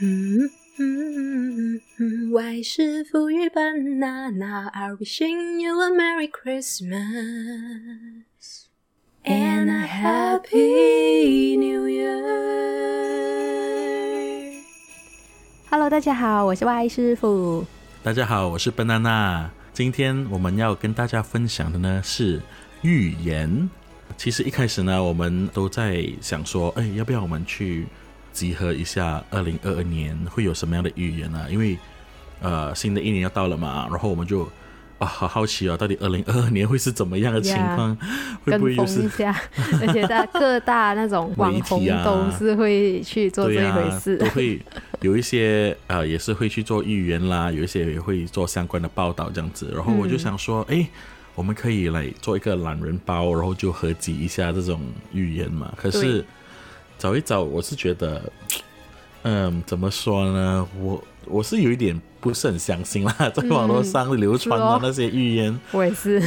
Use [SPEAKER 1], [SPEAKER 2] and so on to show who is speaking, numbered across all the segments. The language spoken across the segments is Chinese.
[SPEAKER 1] 嗯嗯嗯嗯，Why 是馥郁 banana？Are wishing you a merry Christmas and a happy New Year。
[SPEAKER 2] Hello，大家好，我是 Y 师傅。
[SPEAKER 3] 大家好，我是笨娜娜。今天我们要跟大家分享的呢是预言。其实一开始呢，我们都在想说，哎，要不要我们去集合一下，二零二二年会有什么样的预言呢、啊因为呃，新的一年要到了嘛，然后我们就啊，好好奇哦，到底二零二二年会是怎么样的情
[SPEAKER 2] Yeah
[SPEAKER 3] 况会
[SPEAKER 2] 跟
[SPEAKER 3] 不会又
[SPEAKER 2] 风
[SPEAKER 3] 是
[SPEAKER 2] 一 下，而且大各大那种网红
[SPEAKER 3] 媒体啊
[SPEAKER 2] 都是会去做
[SPEAKER 3] 对
[SPEAKER 2] 这一
[SPEAKER 3] 呀，
[SPEAKER 2] 回事。
[SPEAKER 3] 都会有一些 呃，也是会去做预言啦，有一些也会做相关的报道这样子。然后我
[SPEAKER 2] 嗯
[SPEAKER 3] 就想说，哎、我们可以来做一个懒人包，然后就合集一下这种预言嘛。可是
[SPEAKER 2] 对
[SPEAKER 3] 找一找，我是觉得，嗯，怎么说呢？我我是有一点不是很相信啦，在网络上流传
[SPEAKER 2] 是
[SPEAKER 3] 的
[SPEAKER 2] 哦
[SPEAKER 3] 那些预言。
[SPEAKER 2] 我也是，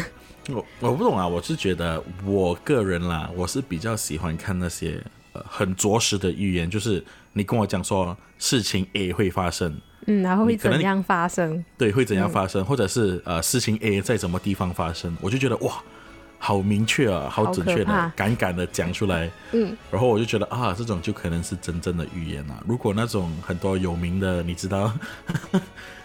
[SPEAKER 3] 我我不懂啊，我是觉得我个人啦，我是比较喜欢看那些呃很着实的预言，就是你跟我讲说事情 A 会发生，
[SPEAKER 2] 嗯，然后会
[SPEAKER 3] 你可能
[SPEAKER 2] 怎样发生？
[SPEAKER 3] 对，会怎样发
[SPEAKER 2] 嗯
[SPEAKER 3] 生，或者是呃事情 A 在什么地方发生，我就觉得哇，好明确啊，好准确
[SPEAKER 2] 好可怕
[SPEAKER 3] 的，敢敢的讲出来，
[SPEAKER 2] 嗯，
[SPEAKER 3] 然后我就觉得啊，这种就可能是真正的预言啊。如果那种很多有名的，你知道，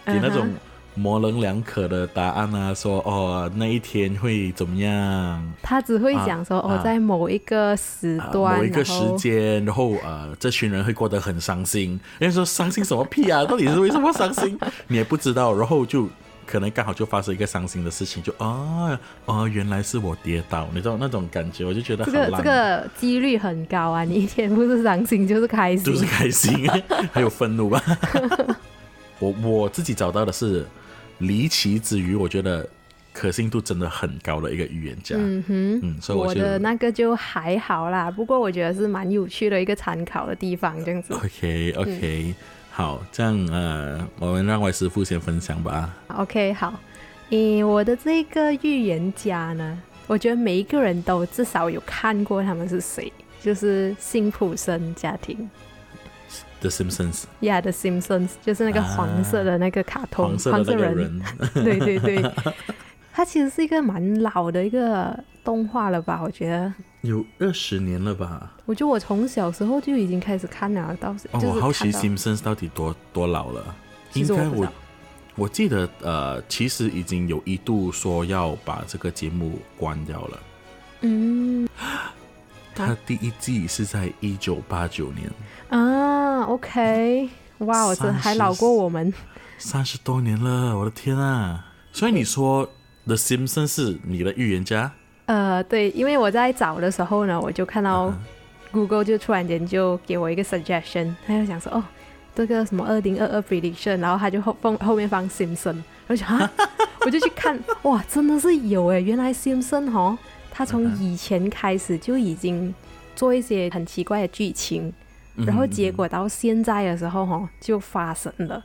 [SPEAKER 3] 给那种
[SPEAKER 2] 嗯
[SPEAKER 3] 模棱两可的答案啊，说哦那一天会怎么样。
[SPEAKER 2] 他只会讲说，
[SPEAKER 3] 啊
[SPEAKER 2] 哦，在某一个时
[SPEAKER 3] 啊
[SPEAKER 2] 段，
[SPEAKER 3] 某一个
[SPEAKER 2] 然
[SPEAKER 3] 时
[SPEAKER 2] 后
[SPEAKER 3] 间，然后呃，这群人会过得很伤心。人家说伤心什么屁啊？ 到底是为什么伤心？你也不知道，然后就可能刚好就发生一个伤心的事情，就啊哦，原来是我跌倒，你知道那种感觉，我就觉得
[SPEAKER 2] 这
[SPEAKER 3] 好
[SPEAKER 2] 个
[SPEAKER 3] 烂。
[SPEAKER 2] 这个几率很高啊！你一天不是伤心就是开心，
[SPEAKER 3] 就是 开心，还有愤怒吧。我我自己找到的是离奇之余，我觉得可信度真的很高的一个预言家。
[SPEAKER 2] 嗯哼。
[SPEAKER 3] 嗯，所以
[SPEAKER 2] 我
[SPEAKER 3] 就
[SPEAKER 2] 的那个就还好啦，不过我觉得是蛮有趣的一个参考的地方，这样 子。
[SPEAKER 3] OK
[SPEAKER 2] 嗯
[SPEAKER 3] OK，、好，这样呃，我们让外师傅先分享吧。
[SPEAKER 2] OK，好，诶，我的这个预言家呢，我觉得每一个人都至少有看过他们是谁，就是辛普森家庭
[SPEAKER 3] The Simpsons，
[SPEAKER 2] ，Yeah The Simpsons，就是那个黄色的那个卡通，
[SPEAKER 3] 啊黄色的那个人，
[SPEAKER 2] 对对对，它其实是一个蛮老的一个动画了吧？我觉得，
[SPEAKER 3] 有二十年了吧？
[SPEAKER 2] 我觉得我从小时候就已经开始看了，到时
[SPEAKER 3] 哦，
[SPEAKER 2] 就是
[SPEAKER 3] 我好奇
[SPEAKER 2] 看到
[SPEAKER 3] Simpsons 到底多多老了？
[SPEAKER 2] 其
[SPEAKER 3] 应
[SPEAKER 2] 实我
[SPEAKER 3] 该
[SPEAKER 2] 不知
[SPEAKER 3] 我
[SPEAKER 2] 道
[SPEAKER 3] 我记得呃，其实已经有一度说要把这个节目关掉了。
[SPEAKER 2] 嗯
[SPEAKER 3] 它第一季是在一九八九年，
[SPEAKER 2] 啊，OK，哇，我这
[SPEAKER 3] 三
[SPEAKER 2] 还
[SPEAKER 3] 十
[SPEAKER 2] 老过我们。
[SPEAKER 3] 三十多年了，我的天啊！所以你说 The Simpsons 是你的预言家？
[SPEAKER 2] 呃，对，因为我在找的时候呢，我就看到
[SPEAKER 3] 嗯
[SPEAKER 2] Google 就突然间就给我一个 suggestion，他就想说哦，这个什么二零二二 prediction，然后他就后放后面放 Simpson，我就想 啊，我就去看，哇，真的是有诶，原来 Simpson 哦，他从
[SPEAKER 3] 嗯哼
[SPEAKER 2] 以前开始就已经做一些很奇怪的剧情，
[SPEAKER 3] 嗯
[SPEAKER 2] 然后结果到现在的时候哈、哦、就发生了，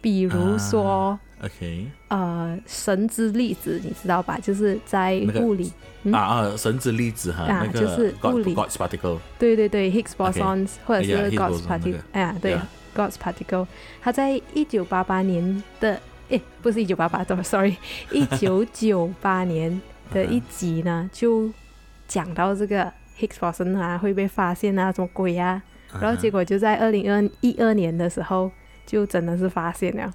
[SPEAKER 2] 比
[SPEAKER 3] 啊
[SPEAKER 2] 如说。
[SPEAKER 3] OK
[SPEAKER 2] 呃，神之粒子你知道吧？就是在
[SPEAKER 3] 那个
[SPEAKER 2] 物理嗯
[SPEAKER 3] 啊啊，绳子粒子哈，
[SPEAKER 2] 啊
[SPEAKER 3] 那个
[SPEAKER 2] 就是物
[SPEAKER 3] God
[SPEAKER 2] 理
[SPEAKER 3] God's particle，
[SPEAKER 2] 对对对，Higgs
[SPEAKER 3] OK
[SPEAKER 2] bosons 或者是
[SPEAKER 3] Yeah，Higgs
[SPEAKER 2] God's
[SPEAKER 3] boson 那
[SPEAKER 2] particle，
[SPEAKER 3] 个
[SPEAKER 2] 哎呀，对
[SPEAKER 3] Yeah
[SPEAKER 2] ，God's particle，它在一九八八年的，诶，不是一九八八，sorry，一 九九八年
[SPEAKER 3] 嗯
[SPEAKER 2] 的一集呢，就讲到这个 Higgs boson 啊会被发现啊，什么鬼啊，
[SPEAKER 3] 嗯
[SPEAKER 2] 然后结果就在二零二一二年的时候，就真的是发现了，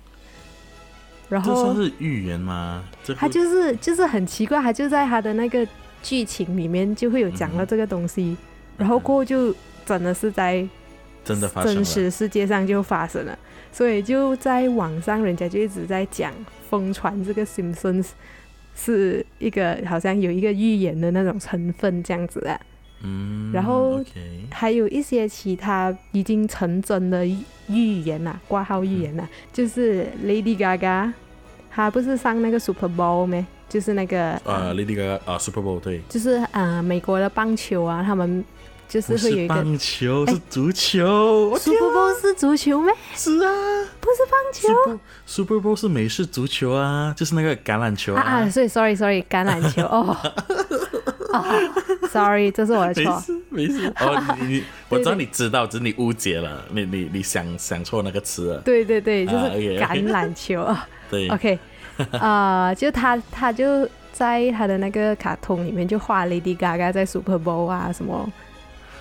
[SPEAKER 2] 然
[SPEAKER 3] 这
[SPEAKER 2] 后
[SPEAKER 3] 算是预言吗？这
[SPEAKER 2] 他就是就是很奇怪，他就在他的那个剧情里面就会有讲
[SPEAKER 3] 嗯
[SPEAKER 2] 到这个东西，然后过后就真的是在
[SPEAKER 3] 真的发生
[SPEAKER 2] 真
[SPEAKER 3] 了，
[SPEAKER 2] 实世界上就发生了，所以就在网上人家就一直在讲疯传这个 Simpsons 是一个好像有一个预言的那种成分这样子啊，
[SPEAKER 3] 嗯，
[SPEAKER 2] 然后
[SPEAKER 3] OK，
[SPEAKER 2] 还有一些其他已经成真的预预言
[SPEAKER 3] 嗯
[SPEAKER 2] 呐、挂号预言呐、啊就是 Lady Gaga，她不是上那个 Super Bowl 咩？就是那个
[SPEAKER 3] 呃，Lady Gaga 啊，Super Bowl 对，
[SPEAKER 2] 就是啊、呃美国的棒球啊，他们就是
[SPEAKER 3] 不
[SPEAKER 2] 会有
[SPEAKER 3] 是
[SPEAKER 2] 一个哎
[SPEAKER 3] 棒球，是足球，我
[SPEAKER 2] Super Bowl 是足球咩？
[SPEAKER 3] 是啊
[SPEAKER 2] 不是棒球
[SPEAKER 3] ，Super Super Bowl 是美式足球啊，就是那个橄榄球
[SPEAKER 2] 啊 啊！所以 sorry sorry，橄榄球哦。哦，sorry，这是我的
[SPEAKER 3] 没
[SPEAKER 2] 错
[SPEAKER 3] 事。没 事。哦，你你，我知道
[SPEAKER 2] 对对
[SPEAKER 3] 你知道，只是你误解了，你你你想想错那个词了。
[SPEAKER 2] 对对对，
[SPEAKER 3] 啊
[SPEAKER 2] 就是
[SPEAKER 3] OK，OK
[SPEAKER 2] 橄榄球。
[SPEAKER 3] 对
[SPEAKER 2] OK，啊、就他他就在他的那个卡通里面就画 Lady Gaga 在 Super Bowl 啊什么，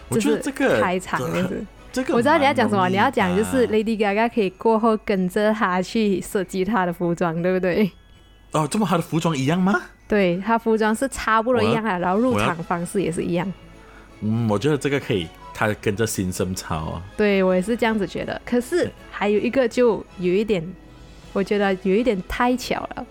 [SPEAKER 3] 我
[SPEAKER 2] 就
[SPEAKER 3] 觉得
[SPEAKER 2] 是
[SPEAKER 3] 这个
[SPEAKER 2] 开场这样子。
[SPEAKER 3] 这个
[SPEAKER 2] 我知道你要讲什么，
[SPEAKER 3] 蛮容易
[SPEAKER 2] 你要讲就是
[SPEAKER 3] 的
[SPEAKER 2] Lady Gaga 可以过后跟着他去设计他的服装，对不对？
[SPEAKER 3] 哦，这么他的服装一样吗？
[SPEAKER 2] 对，他服装是差不多一样啊，然后入
[SPEAKER 3] 我要
[SPEAKER 2] 场方式也是一样。
[SPEAKER 3] 嗯，我觉得这个可以，他跟着新生潮啊。
[SPEAKER 2] 对我也是这样子觉得。可是还有一个就有一点，我觉得有一点太巧了。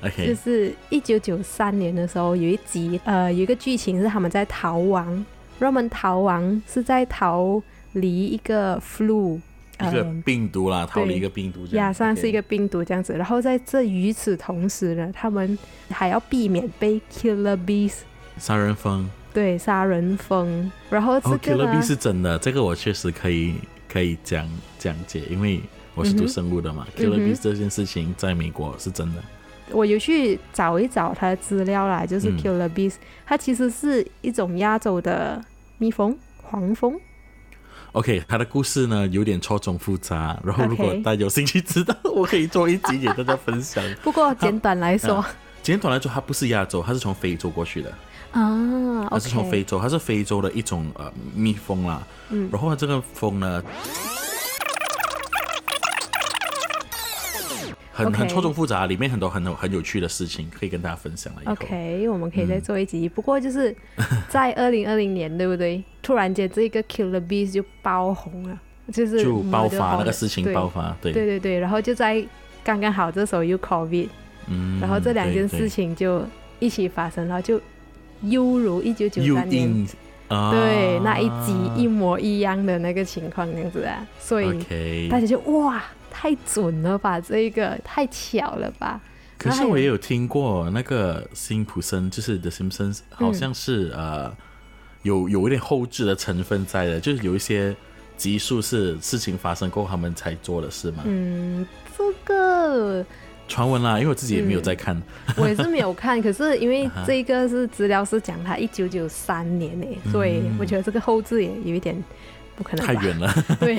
[SPEAKER 2] 就
[SPEAKER 3] OK，
[SPEAKER 2] 是一九九三年的时候，有一集呃，有一个剧情是他们在逃亡，然后他们逃亡是在逃离一个 flu，
[SPEAKER 3] 一个
[SPEAKER 2] 呃，
[SPEAKER 3] 病毒啦，逃离
[SPEAKER 2] 对
[SPEAKER 3] 一个病毒这样。
[SPEAKER 2] 亚算
[SPEAKER 3] OK
[SPEAKER 2] 是一个病毒这样子。然后在这与此同时呢，他们还要避免被 killer bees
[SPEAKER 3] 杀人蜂。
[SPEAKER 2] 对杀人蜂。然后这
[SPEAKER 3] 哦
[SPEAKER 2] 个
[SPEAKER 3] ，Killer
[SPEAKER 2] 呢
[SPEAKER 3] B 是真的，这个我确实可以可以讲讲解，因为我是读生物的嘛。Killer
[SPEAKER 2] 嗯
[SPEAKER 3] B
[SPEAKER 2] 哼
[SPEAKER 3] 这件事情在美国是真的。
[SPEAKER 2] 我有去找一找它的资料啦，就是
[SPEAKER 3] 嗯
[SPEAKER 2] killer bees，、它其实是一种亚洲的蜜蜂，黄蜂。
[SPEAKER 3] OK，他的故事呢有点错综复杂，然后
[SPEAKER 2] OK
[SPEAKER 3] 如果大家有兴趣知道，我可以做一集给大家分享。
[SPEAKER 2] 不过简短来说，
[SPEAKER 3] 简短来说，它不是亚洲，它是从非洲过去的，
[SPEAKER 2] 啊，
[SPEAKER 3] 它是从
[SPEAKER 2] OK
[SPEAKER 3] 非洲，它是非洲的一种呃蜜蜂啦。
[SPEAKER 2] 嗯
[SPEAKER 3] 然后它这个蜂呢，很
[SPEAKER 2] OK
[SPEAKER 3] 很错综复杂，里面很多很有很有趣的事情可以跟大家分享了。以后
[SPEAKER 2] OK，我们可以
[SPEAKER 3] 嗯
[SPEAKER 2] 再做一集。不过就是在二零二零年，对不对？突然间这个 Killer Bees 就爆红了，就是
[SPEAKER 3] 就爆
[SPEAKER 2] murder
[SPEAKER 3] 发
[SPEAKER 2] hornet，
[SPEAKER 3] 那个事情
[SPEAKER 2] 对
[SPEAKER 3] 爆发，对，
[SPEAKER 2] 对对对，然后就在刚刚好这时候又 COVID，、
[SPEAKER 3] 嗯，
[SPEAKER 2] 然后这两件
[SPEAKER 3] 对
[SPEAKER 2] 事情就一起发生，然后就犹如一九九
[SPEAKER 3] 对又
[SPEAKER 2] 三年。
[SPEAKER 3] 定啊，
[SPEAKER 2] 对，那一集一模一样的那个情况，这样子啊，所以
[SPEAKER 3] OK，
[SPEAKER 2] 大家就哇，太准了吧，这一个太巧了吧，
[SPEAKER 3] 可
[SPEAKER 2] 然后
[SPEAKER 3] 是
[SPEAKER 2] 还有
[SPEAKER 3] 我也有听过那个辛普森，就是 The Simpsons，好
[SPEAKER 2] 嗯
[SPEAKER 3] 像是、呃有有一点后置的成分在的，就是有一些集数是事情发生过后他们才做的事嘛。
[SPEAKER 2] 嗯，这个
[SPEAKER 3] 传闻啦，因为我自己也没有在看。
[SPEAKER 2] 我也是没有看，可是因为这个是资料是讲他一九九三年呢，欸所以我觉得这个后置也有一点不可能
[SPEAKER 3] 嗯太
[SPEAKER 2] 吧
[SPEAKER 3] 远了。
[SPEAKER 2] 对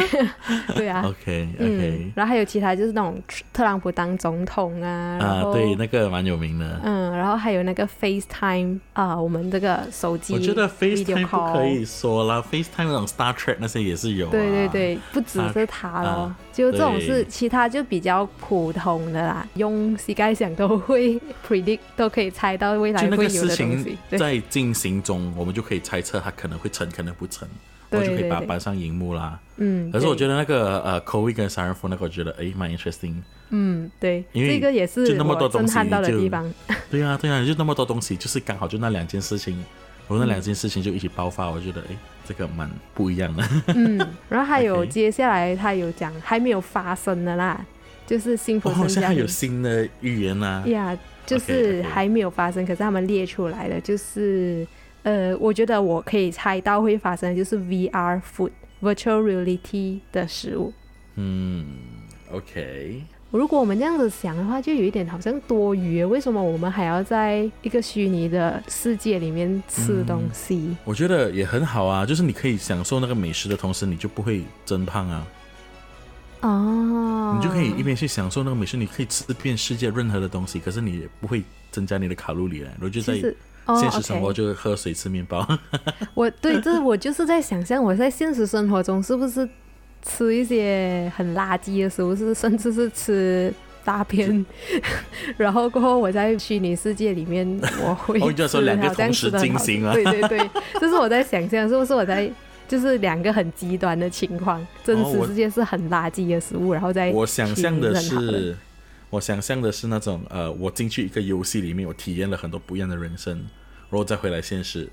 [SPEAKER 2] 对啊，
[SPEAKER 3] OK
[SPEAKER 2] 嗯
[SPEAKER 3] OK，、，
[SPEAKER 2] 然后还有其他就是那种特朗普当总统啊，然
[SPEAKER 3] 啊，
[SPEAKER 2] 后
[SPEAKER 3] 对，那个蛮有名的。
[SPEAKER 2] 嗯，然后还有那个 FaceTime 啊、我们这个手机，
[SPEAKER 3] 我觉得
[SPEAKER 2] video
[SPEAKER 3] FaceTime 不
[SPEAKER 2] call
[SPEAKER 3] 可以说啦，FaceTime 那种 Star Trek 那些也是有、啊。
[SPEAKER 2] 对对。对，不只是他咯，
[SPEAKER 3] 啊
[SPEAKER 2] 就这种是
[SPEAKER 3] 对
[SPEAKER 2] 其他就比较普通的啦，用膝盖想都会 predict 都可以猜到未来
[SPEAKER 3] 就那
[SPEAKER 2] 会
[SPEAKER 3] 个
[SPEAKER 2] 有
[SPEAKER 3] 事
[SPEAKER 2] 的东西
[SPEAKER 3] 情。
[SPEAKER 2] 对
[SPEAKER 3] 在进行中，我们就可以猜测它可能会成，可能不成，我就可
[SPEAKER 2] 对
[SPEAKER 3] 以
[SPEAKER 2] 对
[SPEAKER 3] 把它
[SPEAKER 2] 对
[SPEAKER 3] 搬上荧幕啦。
[SPEAKER 2] 嗯，
[SPEAKER 3] 可是我
[SPEAKER 2] 对
[SPEAKER 3] 觉得那个呃 c o v i 跟杀人蜂那个，我觉得诶蛮 interesting。
[SPEAKER 2] 嗯对，
[SPEAKER 3] 因为
[SPEAKER 2] 这个也是
[SPEAKER 3] 就那么
[SPEAKER 2] 我
[SPEAKER 3] 多东
[SPEAKER 2] 震撼
[SPEAKER 3] 西
[SPEAKER 2] 到的
[SPEAKER 3] 就
[SPEAKER 2] 地方。
[SPEAKER 3] 对啊，对啊，就那么多东西，就是刚好就那两件事情，然后那两件事情就一起爆发，我觉得诶这个蛮不一样的。
[SPEAKER 2] 嗯，然后还有
[SPEAKER 3] OK
[SPEAKER 2] 接下来他有讲还没有发生的啦，就是幸福
[SPEAKER 3] 哦，
[SPEAKER 2] 生
[SPEAKER 3] 现在
[SPEAKER 2] 家
[SPEAKER 3] 还
[SPEAKER 2] 庭
[SPEAKER 3] 有新的预言啊啦、
[SPEAKER 2] 呀就是
[SPEAKER 3] OK，OK
[SPEAKER 2] 还没有发生可是他们列出来了，就是呃，我觉得我可以猜到会发生，就是 VR food virtual reality 的食物。
[SPEAKER 3] 嗯，OK，
[SPEAKER 2] 如果我们这样子想的话，就有一点好像多余。为什么我们还要在一个虚拟的世界里面吃东西？
[SPEAKER 3] 我觉得也很好啊，就是你可以享受那个美食的同时，你就不会增胖啊，
[SPEAKER 2] 哦，
[SPEAKER 3] 嗯你就可以一边去享受那个美食，你可以吃遍世界任何的东西，可是你也不会增加你的卡路里了，然后就在
[SPEAKER 2] 其实哦
[SPEAKER 3] 现实生
[SPEAKER 2] o
[SPEAKER 3] 活
[SPEAKER 2] k
[SPEAKER 3] 就喝水吃面包。
[SPEAKER 2] 我
[SPEAKER 3] 嗯
[SPEAKER 2] 对，这我就是在想象我在现实生活中是不是吃一些很垃圾的食物，是甚至是吃大便， 然后过后我在虚拟世界里面我会
[SPEAKER 3] 哦你就说
[SPEAKER 2] 吃
[SPEAKER 3] 两个
[SPEAKER 2] 好像
[SPEAKER 3] 同时
[SPEAKER 2] 吃得很
[SPEAKER 3] 进
[SPEAKER 2] 好
[SPEAKER 3] 行啊
[SPEAKER 2] 对对对，这是我在想象，是不是我在就是两个很极端的情况，真
[SPEAKER 3] 哦
[SPEAKER 2] 实
[SPEAKER 3] 我
[SPEAKER 2] 世界是很垃圾的食物，然后再
[SPEAKER 3] 我想象的
[SPEAKER 2] 虚拟人好了
[SPEAKER 3] 是，我想象的是那种呃，我进去一个游戏里面，我体验了很多不一样的人生，然后再回来现实，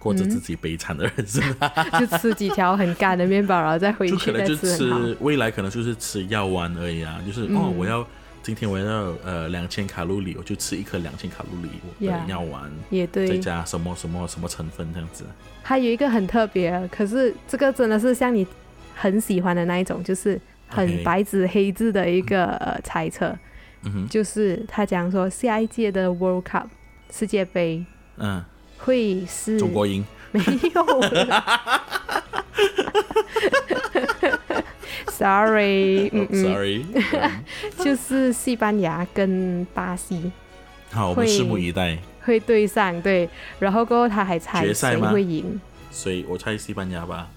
[SPEAKER 3] 过着自己悲惨的人生，
[SPEAKER 2] 嗯就吃几条很干的面包，然后再回
[SPEAKER 3] 就
[SPEAKER 2] 去
[SPEAKER 3] 可
[SPEAKER 2] 再
[SPEAKER 3] 能就
[SPEAKER 2] 很好。嗯
[SPEAKER 3] 吃未来可能就是吃药丸而已啊，就是、哦，我要今天我要呃两千卡路里，我就吃一颗两千卡路里的
[SPEAKER 2] Yeah
[SPEAKER 3] 药丸。
[SPEAKER 2] 也对，
[SPEAKER 3] 再加什么什么什么成分这样子，
[SPEAKER 2] 还有一个很特别，可是这个真的是像你很喜欢的那一种，就是很
[SPEAKER 3] OK
[SPEAKER 2] 白纸黑字的一个、呃、猜测，
[SPEAKER 3] 嗯哼，
[SPEAKER 2] 就是他讲说下一届的 World Cup 世界杯
[SPEAKER 3] 嗯，
[SPEAKER 2] 会是
[SPEAKER 3] 中国赢，
[SPEAKER 2] 没有啦。Sorry，嗯 嗯，
[SPEAKER 3] Oh, Sorry，嗯
[SPEAKER 2] 就是西班牙跟巴西
[SPEAKER 3] 好，我们
[SPEAKER 2] 会
[SPEAKER 3] 拭目以待。
[SPEAKER 2] 会对上，对，然后过后他还猜
[SPEAKER 3] 决赛
[SPEAKER 2] 谁
[SPEAKER 3] 吗
[SPEAKER 2] 会赢，
[SPEAKER 3] 所以我猜西班牙吧，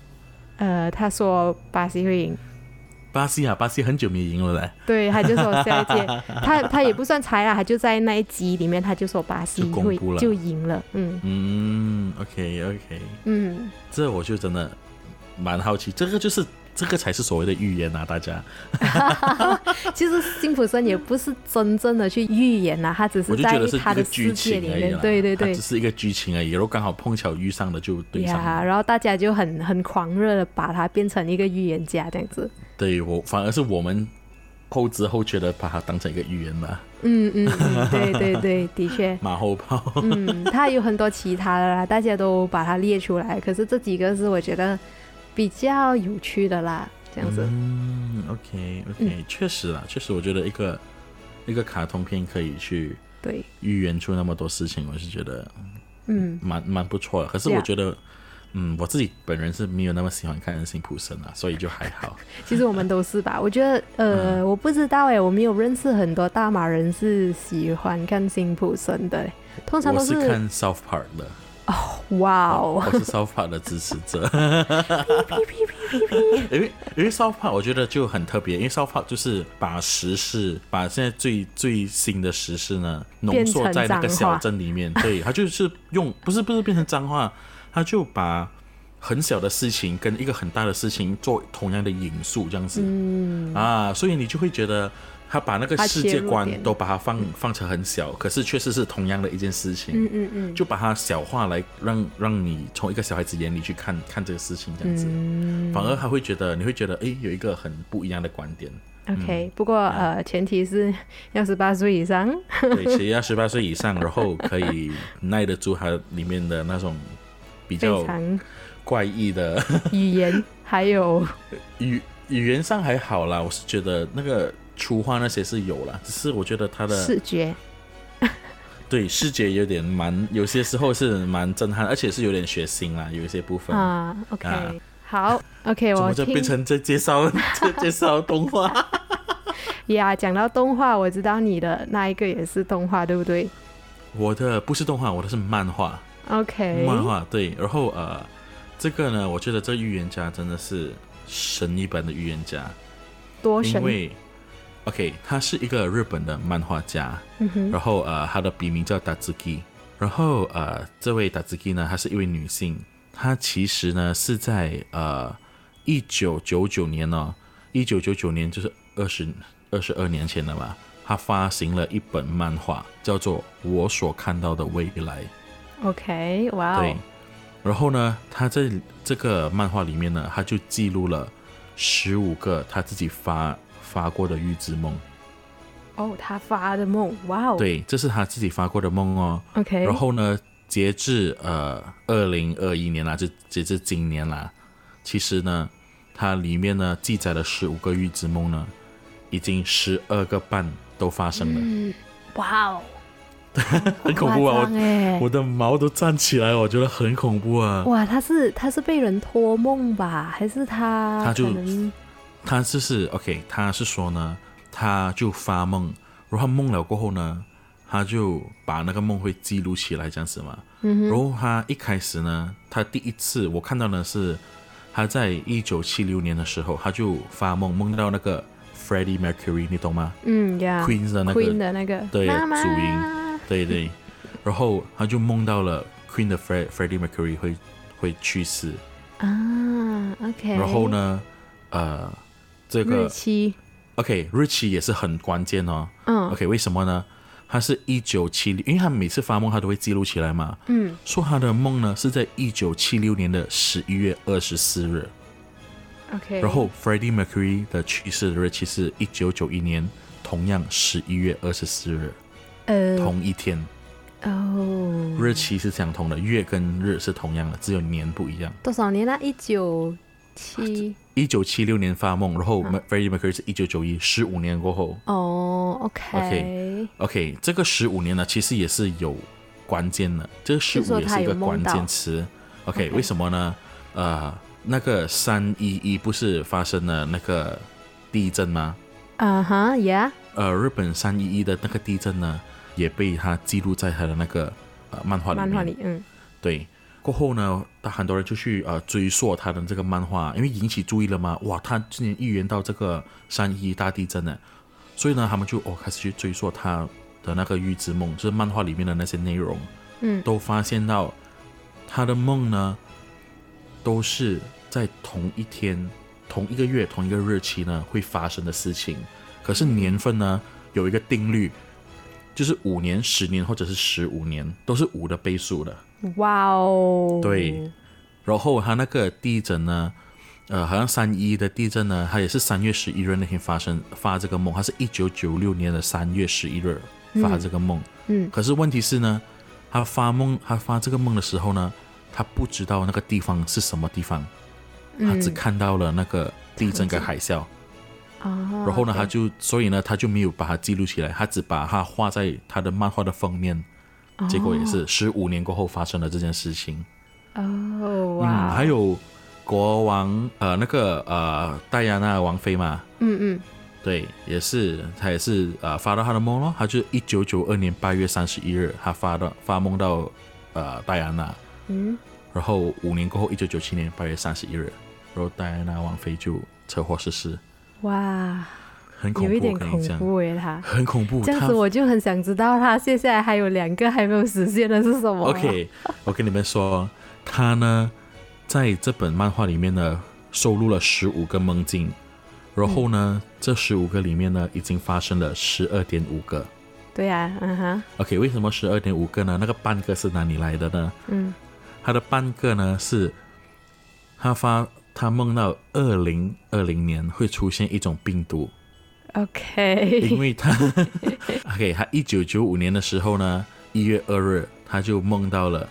[SPEAKER 2] 呃，他说巴西会赢，
[SPEAKER 3] 巴西啊，巴西很久没赢了嘞，
[SPEAKER 2] 对，他就说下一届， 他他也不算猜啦，他就在那一集里面他就说巴西
[SPEAKER 3] 就公
[SPEAKER 2] 会
[SPEAKER 3] 布了
[SPEAKER 2] 就赢了，嗯
[SPEAKER 3] 嗯，OK OK，
[SPEAKER 2] 嗯，
[SPEAKER 3] 这我就真的蛮好奇，这个就是这个才是所谓的预言啊，大家，
[SPEAKER 2] 其实辛普森也不是真正的去预言啦，他只
[SPEAKER 3] 我
[SPEAKER 2] 是
[SPEAKER 3] 就
[SPEAKER 2] 在
[SPEAKER 3] 觉得是一
[SPEAKER 2] 他
[SPEAKER 3] 个
[SPEAKER 2] 的
[SPEAKER 3] 剧
[SPEAKER 2] 世界里
[SPEAKER 3] 情而已
[SPEAKER 2] 面
[SPEAKER 3] 啦，，
[SPEAKER 2] 对对
[SPEAKER 3] 它
[SPEAKER 2] 对
[SPEAKER 3] 只。是一个剧情而已，然后刚好碰巧遇上了就对上
[SPEAKER 2] 呀
[SPEAKER 3] 了。
[SPEAKER 2] 然后大家就很很狂热的把他变成一个预言家这样子，
[SPEAKER 3] 对我反而是我们后知后觉的把它当成一个预言吧，
[SPEAKER 2] 嗯嗯嗯，对对对，的确，
[SPEAKER 3] 马后炮。
[SPEAKER 2] 嗯，他有很多其他的啦，大家都把它列出来，可是这几个是我觉得比较有趣的啦，这样子，
[SPEAKER 3] 嗯，OK OK，确实啦，确实，我觉得一个一个卡通片可以去
[SPEAKER 2] 对，
[SPEAKER 3] 预言出那么多事情，我是觉得
[SPEAKER 2] 嗯
[SPEAKER 3] 蛮蛮不错的。可是
[SPEAKER 2] Yeah
[SPEAKER 3] 我觉得。嗯，我自己本人是没有那么喜欢看辛普森啊，所以就还好。
[SPEAKER 2] 其实我们都是吧，我觉得，
[SPEAKER 3] 嗯
[SPEAKER 2] 呃，我不知道哎，我没有认识很多大马人是喜欢看辛普森的欸，通常
[SPEAKER 3] 我
[SPEAKER 2] 都
[SPEAKER 3] 是看 South Park 的，
[SPEAKER 2] 哇
[SPEAKER 3] 我
[SPEAKER 2] 哦，
[SPEAKER 3] 是 South Park 的支持 者。因为因为 South Park 我觉得就很特别，因为 South Park 就是把时事，把现在最最新的时事呢浓缩在那个
[SPEAKER 2] 变成脏话
[SPEAKER 3] 小镇里面，对，他就是用不是不是变成脏话，他就把很小的事情跟一个很大的事情做同样的引述这样子，嗯啊，所以你就会觉得。他把那个
[SPEAKER 2] 他
[SPEAKER 3] 世
[SPEAKER 2] 切
[SPEAKER 3] 界
[SPEAKER 2] 入
[SPEAKER 3] 观
[SPEAKER 2] 点
[SPEAKER 3] 都把它放放成很小，可是确实是同样的一件事情。
[SPEAKER 2] 嗯嗯嗯，
[SPEAKER 3] 就把它小化来让让你从一个小孩子眼里去看看这个事情，这样子，
[SPEAKER 2] 嗯
[SPEAKER 3] 反而还会觉得你会觉得诶有一个很不一样的观点。嗯
[SPEAKER 2] OK，不过呃，前提是要十八岁以上。
[SPEAKER 3] 对，其实要十八岁以上，然后可以耐得住它里面的那种比较
[SPEAKER 2] 非常
[SPEAKER 3] 怪异的
[SPEAKER 2] 语言，还有
[SPEAKER 3] 语语言上还好啦，我是觉得那个粗话那些是有啦，只是我觉得它的
[SPEAKER 2] 视觉，
[SPEAKER 3] 对视觉有点蛮，有些时候是蛮震撼，而且是有点血腥啦，有一些部分。
[SPEAKER 2] 啊，OK，
[SPEAKER 3] 啊
[SPEAKER 2] 好，OK，
[SPEAKER 3] 怎
[SPEAKER 2] 我
[SPEAKER 3] 么就
[SPEAKER 2] 听
[SPEAKER 3] 变成在介绍 在介绍动画？
[SPEAKER 2] 呀。讲到动画，我知道你的那一个也是动画，对不对
[SPEAKER 3] 我的不是动画，我的是漫画，
[SPEAKER 2] ？OK，
[SPEAKER 3] 漫画对。然后呃，这个呢，我觉得这预言家真的是神一般的预言家，
[SPEAKER 2] 多
[SPEAKER 3] 因
[SPEAKER 2] 神，
[SPEAKER 3] 为 OK，他是一个日本的漫画家，
[SPEAKER 2] 嗯哼，
[SPEAKER 3] 然后呃，他的笔名叫达兹基，然后呃，这位达兹基呢，她是一位女性，她其实呢是在呃一九九九年哦，一九九九年就是二十二十二年前了吧，她发行了一本漫画，叫做《我所看到的未来》。
[SPEAKER 2] ，OK，哇
[SPEAKER 3] 对
[SPEAKER 2] 哦，，
[SPEAKER 3] 然后呢，他在这个漫画里面呢，他就记录了十五个他自己发发过的预知梦。
[SPEAKER 2] 哦，他发的梦，哇哦，
[SPEAKER 3] 对，这是他自己发过的梦哦。
[SPEAKER 2] ，OK，
[SPEAKER 3] 然后呢，截至呃二零二一年啦，就截至今年啦，其实呢，它里面呢记载了十五个预知梦呢，已经十二个半都发生了，
[SPEAKER 2] 嗯，哇哦，
[SPEAKER 3] 很恐怖啊！
[SPEAKER 2] 夸张欸
[SPEAKER 3] 我我的毛都站起来了，我觉得很恐怖啊。
[SPEAKER 2] 哇，他是他是被人托梦吧？还是他
[SPEAKER 3] 他就
[SPEAKER 2] 可能
[SPEAKER 3] 他就是 OK，他是说呢，他就发梦，然后他梦了过后呢，他就把那个梦会记录起来这样子嘛。
[SPEAKER 2] 嗯
[SPEAKER 3] 然后他一开始呢，他第一次我看到呢是他在一九七六年的时候，他就发梦梦到那个 Freddie Mercury，你懂吗、
[SPEAKER 2] 嗯呀
[SPEAKER 3] q u e e n 的那个
[SPEAKER 2] Queen 的那个
[SPEAKER 3] 对
[SPEAKER 2] 妈妈
[SPEAKER 3] 主音，对对。然后他就梦到了 Queen 的 Fred Freddie Mercury 会会去世，
[SPEAKER 2] 啊，OK，
[SPEAKER 3] 然后呢，呃，这
[SPEAKER 2] 日
[SPEAKER 3] 个
[SPEAKER 2] 期，
[SPEAKER 3] OK，日期也是很关键哦。
[SPEAKER 2] 嗯
[SPEAKER 3] OK，为什么呢？他是一九七零，因为他每次发梦他都会记录起来嘛。
[SPEAKER 2] 嗯，
[SPEAKER 3] 说他的梦呢是在一九七六年的十一月二十四日，
[SPEAKER 2] ，OK，
[SPEAKER 3] 然后 Freddie Mercury 的去世的日期是一九九一年，同样十一月二十四日，
[SPEAKER 2] 呃，
[SPEAKER 3] 同一天，
[SPEAKER 2] 哦，
[SPEAKER 3] 日期是相同的，月跟日是同样的，只有年不一样。
[SPEAKER 2] 多少年啊？一九七
[SPEAKER 3] 一九七六年发梦，然后
[SPEAKER 2] 嗯
[SPEAKER 3] Freddie Mercury 是一九九一，十五年过后。
[SPEAKER 2] 哦，OK，
[SPEAKER 3] OK OK，这个十五年呢，其实也是有关键的，这个十
[SPEAKER 2] 就说
[SPEAKER 3] 五也
[SPEAKER 2] 他
[SPEAKER 3] 是一
[SPEAKER 2] 有
[SPEAKER 3] 个
[SPEAKER 2] 梦
[SPEAKER 3] 关
[SPEAKER 2] 到
[SPEAKER 3] 键词。 OK，为什么呢？呃，那个三一一不是发生了那个地震吗？
[SPEAKER 2] 啊哈，Yeah，
[SPEAKER 3] 呃，日本三一一的那个地震呢，也被他记录在他的那个呃漫画里面。
[SPEAKER 2] 漫画里，嗯
[SPEAKER 3] 对，过后呢，他很多人就去呃追溯他的这个漫画，因为引起注意了嘛。哇，他今年预言到这个三一大地震呢，所以呢，他们就哦开始去追溯他的那个预知梦，就是漫画里面的那些内容，
[SPEAKER 2] 嗯，
[SPEAKER 3] 都发现到他的梦呢，都是在同一天、同一个月、同一个日期呢会发生的事情，可是年份呢有一个定律。就是五年、十年或者是十五年，都是五的倍数的。
[SPEAKER 2] 哇哦，
[SPEAKER 3] 对，然后它那个地震呢，呃，好像三一的地震呢，它也是三月十一日那天发生发这个梦，它是一九九六年的三月十一日发这个梦。
[SPEAKER 2] 嗯
[SPEAKER 3] 可是问题是呢，他发梦，他发这个梦的时候呢，他不知道那个地方是什么地方，他
[SPEAKER 2] 嗯
[SPEAKER 3] 只看到了那个地震跟 海啸。
[SPEAKER 2] 啊，
[SPEAKER 3] 然后呢，
[SPEAKER 2] 对
[SPEAKER 3] 他就所以呢，他就没有把它记录起来，他只把它画在他的漫画的封面。结果也是十五年过后发生了这件事情。
[SPEAKER 2] 哦
[SPEAKER 3] 嗯，
[SPEAKER 2] 哇，
[SPEAKER 3] 还有国王呃那个呃戴安娜王妃嘛，
[SPEAKER 2] 嗯嗯，
[SPEAKER 3] 对，也是她也是呃发到她的梦咯，她就一九九二年八月三十一日，她发到发梦到呃戴安娜，
[SPEAKER 2] 嗯，
[SPEAKER 3] 然后五年过后一九九七年八月三十一日，然后戴安娜王妃就车祸逝世，
[SPEAKER 2] 哇，
[SPEAKER 3] 很恐
[SPEAKER 2] 有
[SPEAKER 3] 怖，
[SPEAKER 2] 一点
[SPEAKER 3] 我跟
[SPEAKER 2] 恐
[SPEAKER 3] 你讲，
[SPEAKER 2] 怖诶，他。
[SPEAKER 3] 很恐怖，
[SPEAKER 2] 这样
[SPEAKER 3] 她
[SPEAKER 2] 子我就很想知道他接下来还有两个还没有实现的是什么。
[SPEAKER 3] OK，我跟你们说，他呢，在这本漫画里面呢，收录了十五个梦境，然后呢，这十五个里面呢，已经发生了十二点五个。
[SPEAKER 2] 对呀、啊，嗯哼，
[SPEAKER 3] OK，为什么十二点五个呢？那个半个是哪里来的呢？
[SPEAKER 2] 嗯，
[SPEAKER 3] 他的半个呢是，他发他梦到二零二零年会出现一种病毒，因
[SPEAKER 2] OK，
[SPEAKER 3] 为他，OK，他一九九五年的时候呢，一月二日他就梦到了，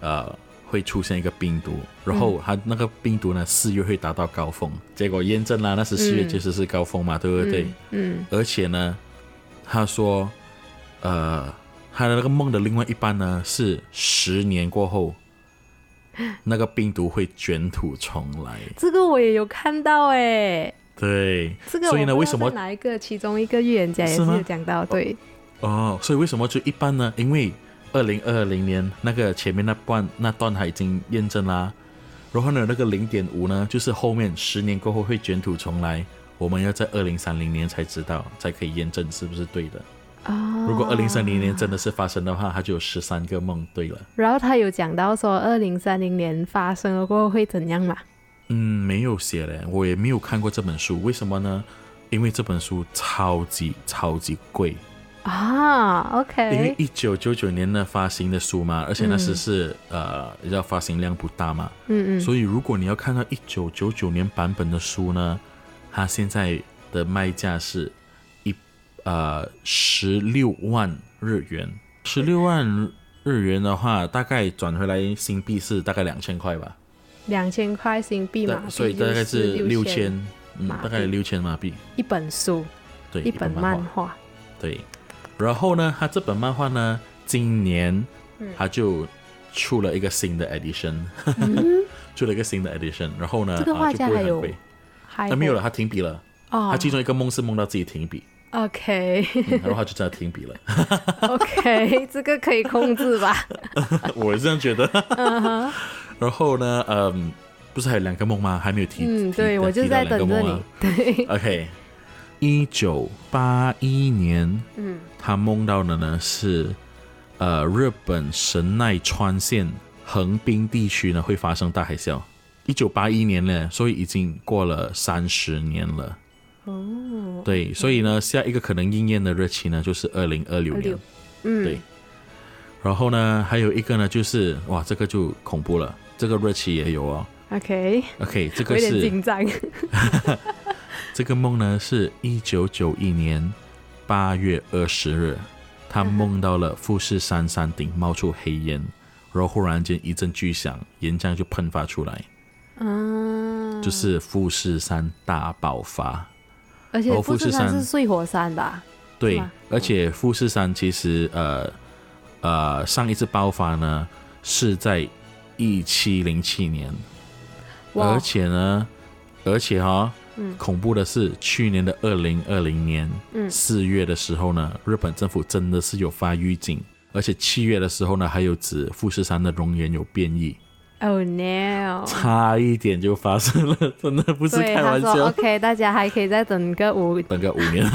[SPEAKER 3] 呃，会出现一个病毒，然
[SPEAKER 2] 嗯
[SPEAKER 3] 后他那个病毒呢，四月会达到高峰，结果验证啦，那时四月
[SPEAKER 2] 嗯
[SPEAKER 3] 确实是高峰嘛，对不对？
[SPEAKER 2] 嗯，
[SPEAKER 3] 而且呢，他说，呃，他的那个梦的另外一半呢，是十年 过后，那个病毒会卷土重来，
[SPEAKER 2] 这个我也有看到诶，
[SPEAKER 3] 对，
[SPEAKER 2] 这个我
[SPEAKER 3] 所以呢，
[SPEAKER 2] 不
[SPEAKER 3] 为
[SPEAKER 2] 知道
[SPEAKER 3] 什么
[SPEAKER 2] 在哪一个其中一个预言家也
[SPEAKER 3] 是
[SPEAKER 2] 是
[SPEAKER 3] 吗
[SPEAKER 2] 有讲到，对，
[SPEAKER 3] 哦，所以为什么就一般呢？因为二零二零年那个前面那段那段它已经验证啦，然后呢，那个零点五呢，就是后面十年过后会卷土重来，我们要在二零三零年才知道，才可以验证是不是对的。
[SPEAKER 2] 啊、
[SPEAKER 3] 如果二零三零年真的是发生的话，它就有十三个梦对了。
[SPEAKER 2] 然后他有讲到说二零三零年发生了过后会怎样嘛？
[SPEAKER 3] 嗯，没有写嘞，我也没有看过这本书，为什么呢？因为这本书超级超级贵，
[SPEAKER 2] 啊，OK，
[SPEAKER 3] 因为一九九九年呢发行的书嘛，而且那时
[SPEAKER 2] 嗯
[SPEAKER 3] 是、呃，要发行量不大嘛，
[SPEAKER 2] 嗯嗯，
[SPEAKER 3] 所以如果你要看到一九九九年版本的书呢，它现在的卖价是一呃十六万日元，十六万日元的话，大概转回来新币是大概两千块吧，
[SPEAKER 2] 两千块新币嘛
[SPEAKER 3] 大，所以大概是
[SPEAKER 2] 六
[SPEAKER 3] 六千，嗯
[SPEAKER 2] 马，币
[SPEAKER 3] 大概六千马币，
[SPEAKER 2] 一本书，
[SPEAKER 3] 对，
[SPEAKER 2] 一本漫
[SPEAKER 3] 画，
[SPEAKER 2] 画，
[SPEAKER 3] 对。然后呢，它这本漫画呢，今年
[SPEAKER 2] 嗯
[SPEAKER 3] 它就出了一个新的 edition，、出 了一个新的 edition，然后呢，
[SPEAKER 2] 这个
[SPEAKER 3] 啊
[SPEAKER 2] 画
[SPEAKER 3] 就
[SPEAKER 2] 家
[SPEAKER 3] 不会
[SPEAKER 2] 还
[SPEAKER 3] 很
[SPEAKER 2] 有
[SPEAKER 3] 贵
[SPEAKER 2] 还
[SPEAKER 3] 啊那没有了，他停笔了。
[SPEAKER 2] 哦
[SPEAKER 3] 他其中一个梦是梦到自己 停笔，
[SPEAKER 2] ，OK
[SPEAKER 3] 嗯然后他就真的停笔了。
[SPEAKER 2] OK，这个可以控制吧？
[SPEAKER 3] 我是这样觉得。
[SPEAKER 2] 嗯
[SPEAKER 3] 然后呢，嗯，不是还有两个梦吗？还没有提。
[SPEAKER 2] 嗯，
[SPEAKER 3] 提
[SPEAKER 2] 对，我就在等着。
[SPEAKER 3] 提到两个梦啊
[SPEAKER 2] 你。 对，
[SPEAKER 3] OK，一九八一年，
[SPEAKER 2] 嗯，
[SPEAKER 3] 他梦到的呢是，呃，日本神奈川县横滨地区呢会发生大海啸。一九八一年呢，所以已经过了三十年了。
[SPEAKER 2] 哦，
[SPEAKER 3] 对，所以呢，下一个可能应验的日期呢，就是二零二六年
[SPEAKER 2] 26。嗯，
[SPEAKER 3] 对然后呢，还有一个呢，就是哇，这个就恐怖了，这个热气也有哦。
[SPEAKER 2] ，OK，
[SPEAKER 3] OK，这
[SPEAKER 2] 我
[SPEAKER 3] 个
[SPEAKER 2] 有点
[SPEAKER 3] 是
[SPEAKER 2] 紧 张。
[SPEAKER 3] 这个梦呢，是一九九一年八月二十日，他梦到了富士山山顶冒出黑烟，然后忽然间一阵巨响，岩浆就喷发出来，
[SPEAKER 2] 嗯，
[SPEAKER 3] 就是富士山大爆发。
[SPEAKER 2] 而且
[SPEAKER 3] 然后
[SPEAKER 2] 富
[SPEAKER 3] 富
[SPEAKER 2] 士
[SPEAKER 3] 士
[SPEAKER 2] 山
[SPEAKER 3] 山
[SPEAKER 2] 是睡火山吧？是
[SPEAKER 3] 对
[SPEAKER 2] 吗，嗯
[SPEAKER 3] 而且富士山其实呃呃上一次爆发呢是在一七零七年，
[SPEAKER 2] 哇
[SPEAKER 3] 而且呢，而且哈、
[SPEAKER 2] 嗯
[SPEAKER 3] 恐怖的是，去年的二零二零年
[SPEAKER 2] 嗯
[SPEAKER 3] 四月的时候呢，日本政府真的是有发预警，而且七月的时候呢，还有指富士山的熔岩有变异，
[SPEAKER 2] ，Oh no！
[SPEAKER 3] 差一点就发生了，真的 不是
[SPEAKER 2] 对，
[SPEAKER 3] 开
[SPEAKER 2] 他
[SPEAKER 3] 玩
[SPEAKER 2] 说
[SPEAKER 3] 笑。
[SPEAKER 2] OK，大家还可以再等个五，
[SPEAKER 3] 等个五年，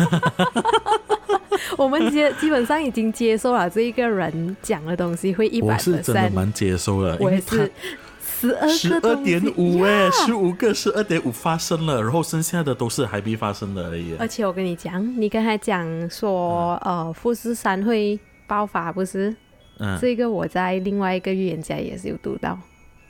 [SPEAKER 2] 我们接基本上已经接受了这一个人讲的东西会一百
[SPEAKER 3] 我是真的
[SPEAKER 2] percent，
[SPEAKER 3] 蛮接受的，因
[SPEAKER 2] 我
[SPEAKER 3] 为
[SPEAKER 2] 也
[SPEAKER 3] 他
[SPEAKER 2] 是十二
[SPEAKER 3] 十
[SPEAKER 2] 个
[SPEAKER 3] 二
[SPEAKER 2] 东西
[SPEAKER 3] 点五哎，
[SPEAKER 2] 呀
[SPEAKER 3] 十五个十二点五发生了，然后剩下的都是还没发生的而已。
[SPEAKER 2] 而且我跟你讲，你刚才讲说，呃，富士山会爆发，不是？
[SPEAKER 3] 啊嗯，
[SPEAKER 2] 这个我在另外一个预言家也是有读到，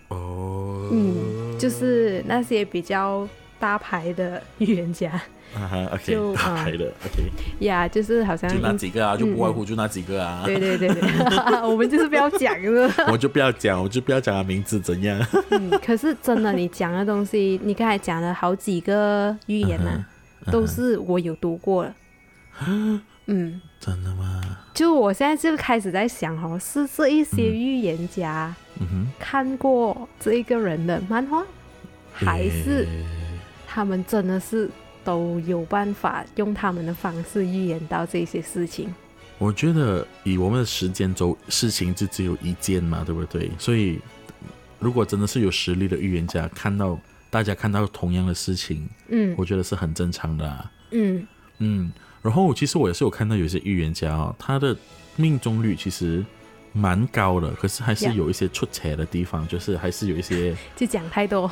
[SPEAKER 3] 哦，
[SPEAKER 2] 嗯，就是那些比较大牌的预言家，
[SPEAKER 3] 啊哈
[SPEAKER 2] 就嗯
[SPEAKER 3] ，OK，打牌的，OK，
[SPEAKER 2] 呀、就是好像
[SPEAKER 3] 就那几个啊，就不外乎就那几个啊。
[SPEAKER 2] 嗯对对对对，我们就是不要讲了。
[SPEAKER 3] 我就不要讲，我就不要讲他名字怎样。
[SPEAKER 2] 嗯，可是真的，你讲的东西，你刚才讲了好几个预言
[SPEAKER 3] 嗯
[SPEAKER 2] 呢、都是我有读过了。嗯，
[SPEAKER 3] 真的吗？
[SPEAKER 2] 就我现在就开始在想哦，是这一些预言家
[SPEAKER 3] 嗯哼，
[SPEAKER 2] 看过这一个人的漫画， 还是他们真的是都有办法用他们的方式预言到这些事情？
[SPEAKER 3] 我觉得以我们的时间轴，事情就只有一件嘛，对不对？所以，如果真的是有实力的预言家，看到大家看到同样的事情，
[SPEAKER 2] 嗯
[SPEAKER 3] 我觉得是很正常的、啊。
[SPEAKER 2] 嗯
[SPEAKER 3] 嗯，然后其实我也是有看到有些预言家哦，他的命中率其实蛮高的，可是还是
[SPEAKER 2] Yeah
[SPEAKER 3] 有一些出彩的地方，就是还是有 一些
[SPEAKER 2] 就讲太多。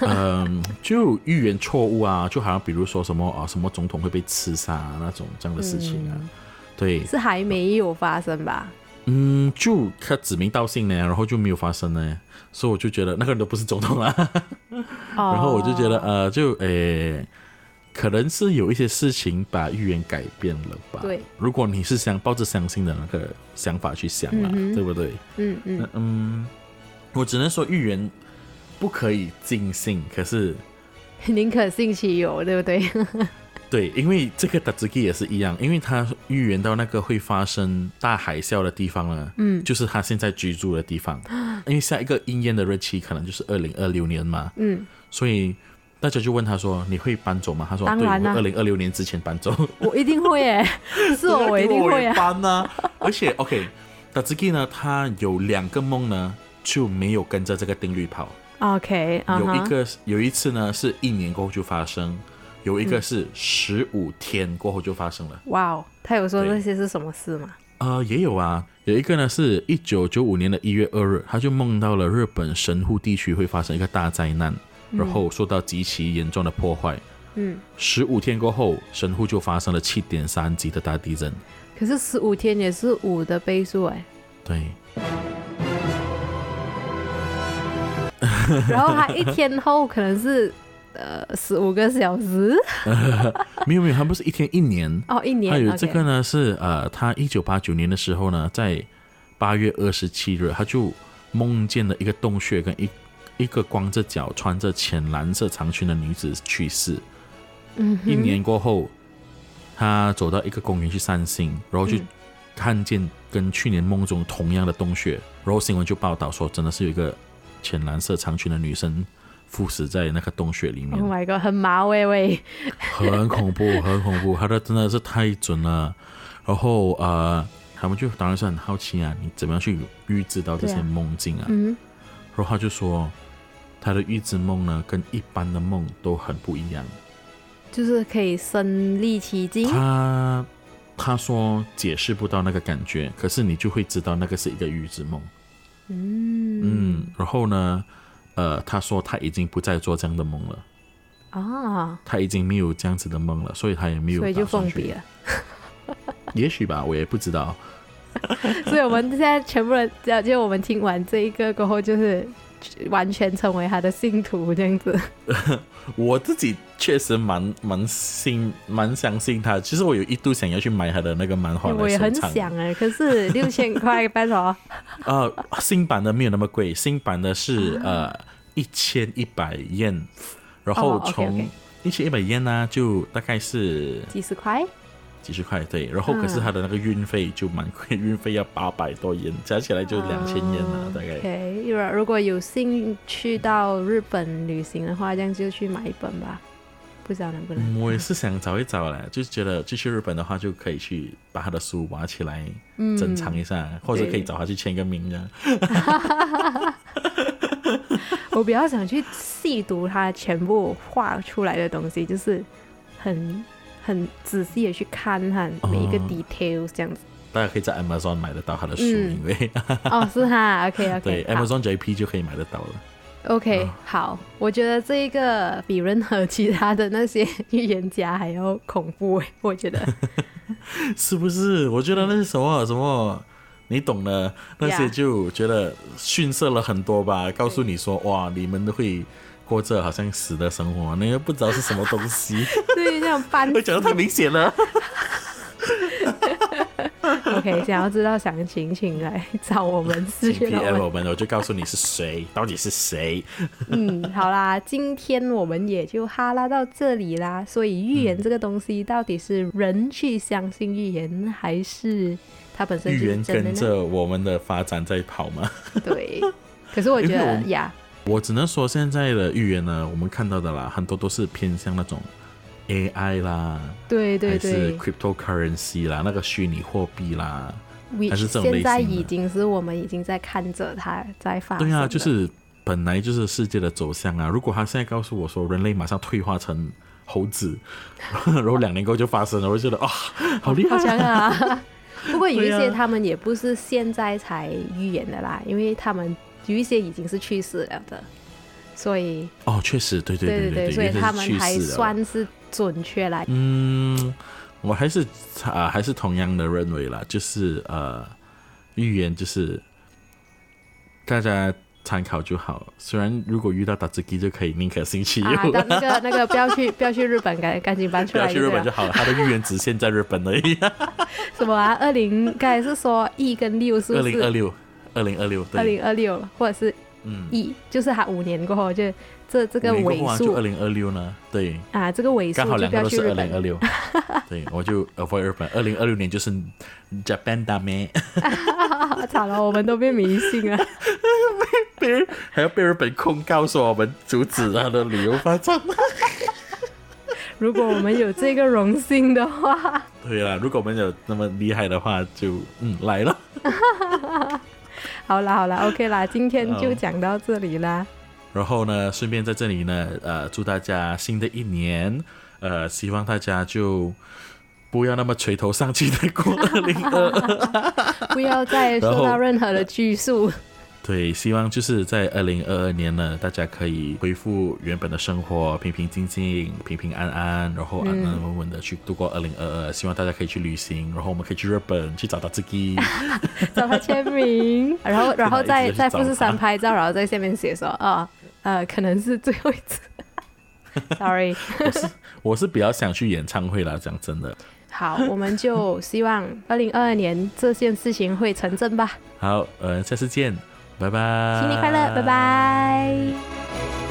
[SPEAKER 3] 嗯，就预言错误啊，就好像比如说什么啊，什么总统会被刺杀、啊、那种这样的事情啊，
[SPEAKER 2] 嗯
[SPEAKER 3] 对，
[SPEAKER 2] 是还没有发生吧？
[SPEAKER 3] 嗯，就他指名道姓呢，然后就没有发生呢，所以我就觉得那个人都不是总统啦，啊
[SPEAKER 2] 哦
[SPEAKER 3] 然后我就觉得呃，就诶。可能是有一些事情把预言改变了吧。
[SPEAKER 2] 对，
[SPEAKER 3] 如果你是想抱着相信的那个想法去想啦，
[SPEAKER 2] 嗯哼
[SPEAKER 3] 对不对？
[SPEAKER 2] 嗯嗯
[SPEAKER 3] 那嗯，我只能说预言不可以尽信，可是
[SPEAKER 2] 宁可信其有，对不对？
[SPEAKER 3] 对，因为这个打字机也是一样，因为他预言到那个会发生大海啸的地方呢，
[SPEAKER 2] 嗯
[SPEAKER 3] 就是他现在居住的地方，因为下一个应验的日期可能就是二零二六年嘛，
[SPEAKER 2] 嗯，
[SPEAKER 3] 所以大家就问他说：“你会搬走吗？”他说：“
[SPEAKER 2] 当
[SPEAKER 3] 对，
[SPEAKER 2] 然啊
[SPEAKER 3] 我
[SPEAKER 2] 啦
[SPEAKER 3] 二零二六年之前搬 走。
[SPEAKER 2] 我一定会 诶，是我我一定会
[SPEAKER 3] 也
[SPEAKER 2] 啊。
[SPEAKER 3] 搬呢、 而且 OK，打字机呢，他有两个梦呢就没有跟着这个定律跑，
[SPEAKER 2] OK，啊
[SPEAKER 3] 有
[SPEAKER 2] 哈
[SPEAKER 3] 一个有一次呢是一年过后就发生，有一个是十五天过后就发生了。
[SPEAKER 2] 哇哦，他有说
[SPEAKER 3] 对
[SPEAKER 2] 这些是什么事吗？
[SPEAKER 3] 呃，也有啊，有一个呢是一九九五年的一月二日，他就梦到了日本神户地区会发生一个大灾难，然后受到极其严重的破坏。
[SPEAKER 2] 嗯，
[SPEAKER 3] 十五天过后，神户就发生了七点三级的大地震。
[SPEAKER 2] 可是十五天也是五的倍数哎诶，
[SPEAKER 3] 对，
[SPEAKER 2] 然后他一天后可能是呃十五个小时
[SPEAKER 3] 没有没有，他不是一天一年，
[SPEAKER 2] 哦，一年。
[SPEAKER 3] 还有
[SPEAKER 2] OK
[SPEAKER 3] 哎这个呢是呃，他一九八九年的时候呢，在八月二十七日，他就梦见了一个洞穴跟一一个光着脚、穿着浅蓝色长裙的女子去世。
[SPEAKER 2] 嗯
[SPEAKER 3] 一
[SPEAKER 2] 哼
[SPEAKER 3] 年过后，他走到一个公园去散心，然后就
[SPEAKER 2] 嗯
[SPEAKER 3] 看见跟去年梦中同样的洞穴，然后新闻就报道说，真的是有一个浅蓝色长裙的女生赴死在那个洞穴里面
[SPEAKER 2] ，Oh，my god，很麻喂喂，
[SPEAKER 3] 很恐怖， 很恐怖，他的真的是太准了。然后呃，他们就当然是很好奇啊，你怎么样去预知到这些
[SPEAKER 2] 对啊
[SPEAKER 3] 梦境啊？
[SPEAKER 2] 嗯，
[SPEAKER 3] 然后他就说，他的预知梦呢，跟一般的梦都很不一样。
[SPEAKER 2] 就是可以身临其境。
[SPEAKER 3] 他他说解释不到那个感觉，可是你就会知道那个是一个预知梦。
[SPEAKER 2] 嗯
[SPEAKER 3] 嗯，然后呢，呃，他说他已经不再做这样的梦了，
[SPEAKER 2] 啊，
[SPEAKER 3] 他已经没有这样子的梦了，所以他也没有
[SPEAKER 2] 所以就
[SPEAKER 3] 打算
[SPEAKER 2] 封
[SPEAKER 3] 去
[SPEAKER 2] 笔了。
[SPEAKER 3] 也许吧，我也不知道。
[SPEAKER 2] 所以我们现在全部人，只要就我们听完这一个过后，就是完全成为他的信徒这样子。
[SPEAKER 3] 我自己确实蛮蛮信蛮相信他，其实我有一度想要去买他的那个漫画来收藏。
[SPEAKER 2] 我也很想啊哎、可 是六千块，拜托。
[SPEAKER 3] 呃，新版的没有那么贵，新版的是
[SPEAKER 2] 啊
[SPEAKER 3] 呃一千一百 yen，然后
[SPEAKER 2] 哦，OK，OK
[SPEAKER 3] 从一千一百 yen 呢、就大概是
[SPEAKER 2] 几十块？
[SPEAKER 3] 几十块对，然后可是它的那个运费就蛮贵，运费要八百多元，加起来就两千元了，大概。
[SPEAKER 2] 哦 OK，如果如果有兴趣到日本旅行的话，这样就去买一本吧。不知道能不能？
[SPEAKER 3] 嗯，我也是想找一找嘞，就是觉得就去日本的话，就可以去把他的书挖起来，
[SPEAKER 2] 嗯
[SPEAKER 3] 珍藏一下，或者可以
[SPEAKER 2] 对
[SPEAKER 3] 找他去签个名的。
[SPEAKER 2] 我比较想去细读它全部画出来的东西，就是很很仔细的去看它每一个
[SPEAKER 3] 哦
[SPEAKER 2] details 这样子。
[SPEAKER 3] 大家可以在 Amazon 买得到他的书，
[SPEAKER 2] 嗯哎啊
[SPEAKER 3] 因为
[SPEAKER 2] 哦，是哈，OK OK，
[SPEAKER 3] 对 Amazon JP 就可以买得到了。
[SPEAKER 2] OK，、
[SPEAKER 3] 啊
[SPEAKER 2] 好，我觉得这一个比任何其他的那些预言家还要恐怖诶，我觉 得
[SPEAKER 3] 是不是？我觉得那是什么什么，你懂的，那些
[SPEAKER 2] Yeah
[SPEAKER 3] 就觉得逊色了很多吧。告诉你说，哇，你们都会过着好像死的生活，那又不知道是什么东 西，
[SPEAKER 2] 对，这样搬
[SPEAKER 3] 我讲的太明显了。
[SPEAKER 2] OK，想要知道详情，请来找我们私
[SPEAKER 3] 请
[SPEAKER 2] 讯我
[SPEAKER 3] PM
[SPEAKER 2] 们。
[SPEAKER 3] 我们，我就告诉你是谁，到底是谁。
[SPEAKER 2] 嗯，好啦，今天我们也就哈拉到这里啦。所以预言这个东西，到底是人去相信预言，还是它本身就
[SPEAKER 3] 预
[SPEAKER 2] 是
[SPEAKER 3] 言
[SPEAKER 2] 真的
[SPEAKER 3] 跟
[SPEAKER 2] 呢？
[SPEAKER 3] 着我们的发展在跑 嘛。
[SPEAKER 2] 对。可是我觉
[SPEAKER 3] 因为我
[SPEAKER 2] 得
[SPEAKER 3] 们
[SPEAKER 2] 呀，
[SPEAKER 3] 我只能说，现在的预言呢，我们看到的啦，很多都是偏向那种 AI 啦，
[SPEAKER 2] 对对
[SPEAKER 3] 还是
[SPEAKER 2] 对，
[SPEAKER 3] cryptocurrency 啦，那个虚拟货币啦。
[SPEAKER 2] which
[SPEAKER 3] 还是这种类
[SPEAKER 2] 现在
[SPEAKER 3] 型的
[SPEAKER 2] 已经是我们已经在看着它在发生
[SPEAKER 3] 对
[SPEAKER 2] 了。
[SPEAKER 3] 啊，就是本来就是世界的走向啊。如果他现在告诉我说人类马上退化成猴子， 然后两年后就发生了，我就觉得啊、好 厉 害、
[SPEAKER 2] 好强啊！不过有一
[SPEAKER 3] 对
[SPEAKER 2] 些
[SPEAKER 3] 啊
[SPEAKER 2] 他们也不是现在才预言的啦，因为他们有一些已经是去世了的，所以
[SPEAKER 3] 哦，确实，对对
[SPEAKER 2] 对
[SPEAKER 3] 对
[SPEAKER 2] 所以
[SPEAKER 3] 因为
[SPEAKER 2] 他
[SPEAKER 3] 是
[SPEAKER 2] 们
[SPEAKER 3] 去
[SPEAKER 2] 还
[SPEAKER 3] 世了
[SPEAKER 2] 算是准确 来。
[SPEAKER 3] 嗯，我还是啊、还是同样的认为啦，就是呃，预言就是大家参考就好。虽然如果遇到打字机就可以宁可信其有，
[SPEAKER 2] 啊，但那个那个不要去不要去日本，赶赶紧搬出
[SPEAKER 3] 不
[SPEAKER 2] 来
[SPEAKER 3] 要
[SPEAKER 2] 就
[SPEAKER 3] 去
[SPEAKER 2] 对
[SPEAKER 3] 日本就
[SPEAKER 2] 了。
[SPEAKER 3] 好了。他的预言只限在日本而已。
[SPEAKER 2] 什么啊？二零刚才是说一跟六是
[SPEAKER 3] 二
[SPEAKER 2] 不
[SPEAKER 3] 零二
[SPEAKER 2] 是？
[SPEAKER 3] 六，二零二六，
[SPEAKER 2] 二
[SPEAKER 3] 对，
[SPEAKER 2] 零二六或者是
[SPEAKER 3] 嗯，
[SPEAKER 2] 一，就是他五年过后就这这个
[SPEAKER 3] 五年过
[SPEAKER 2] 尾
[SPEAKER 3] 后啊
[SPEAKER 2] 数
[SPEAKER 3] 就二零二六呢，对，
[SPEAKER 2] 啊，这个尾数
[SPEAKER 3] 刚好
[SPEAKER 2] 就
[SPEAKER 3] 两
[SPEAKER 2] 不
[SPEAKER 3] 个
[SPEAKER 2] 要
[SPEAKER 3] 都
[SPEAKER 2] 去
[SPEAKER 3] 是
[SPEAKER 2] 日
[SPEAKER 3] 二零二
[SPEAKER 2] 本。
[SPEAKER 3] 六，对，我就 avoid 日本。二零二六年就是 Japan 大咩，
[SPEAKER 2] 惨了，我们都变迷信了。
[SPEAKER 3] 被日还要被日本控告说我们阻止他的旅游发展。
[SPEAKER 2] 如果我们有这个荣幸的话，
[SPEAKER 3] 对啦，如果我们有那么厉害的话，就嗯来了。
[SPEAKER 2] 好啦好啦，OK 啦，今天就讲到这里啦。
[SPEAKER 3] 然后呢，顺便在这里呢，呃，祝大家新的一年，呃，希望大家就不要那么垂头丧气的 过二零二二。
[SPEAKER 2] 不要再受
[SPEAKER 3] 然
[SPEAKER 2] 到
[SPEAKER 3] 后
[SPEAKER 2] 任何的拘 束。
[SPEAKER 3] 对，希望就是在二零二二年呢，大家可以恢复原本的生活，平平静静、平平安安，然后安安稳稳的去度过二零二二。希望大家可以去旅行，然后我们可以去日本去找到自 己。
[SPEAKER 2] 找他签名， 然后然后
[SPEAKER 3] 一
[SPEAKER 2] 再
[SPEAKER 3] 直去
[SPEAKER 2] 在
[SPEAKER 3] 找
[SPEAKER 2] 富士山
[SPEAKER 3] 他
[SPEAKER 2] 拍照，然后在下面写说啊呃，可能是最后一 次，sorry。
[SPEAKER 3] 我是比较想去演唱会啦，讲真的。
[SPEAKER 2] 好，我们就希望二零二二年这件事情会成真吧。
[SPEAKER 3] 好，呃，下次见，拜拜，
[SPEAKER 2] 新年快乐，拜拜。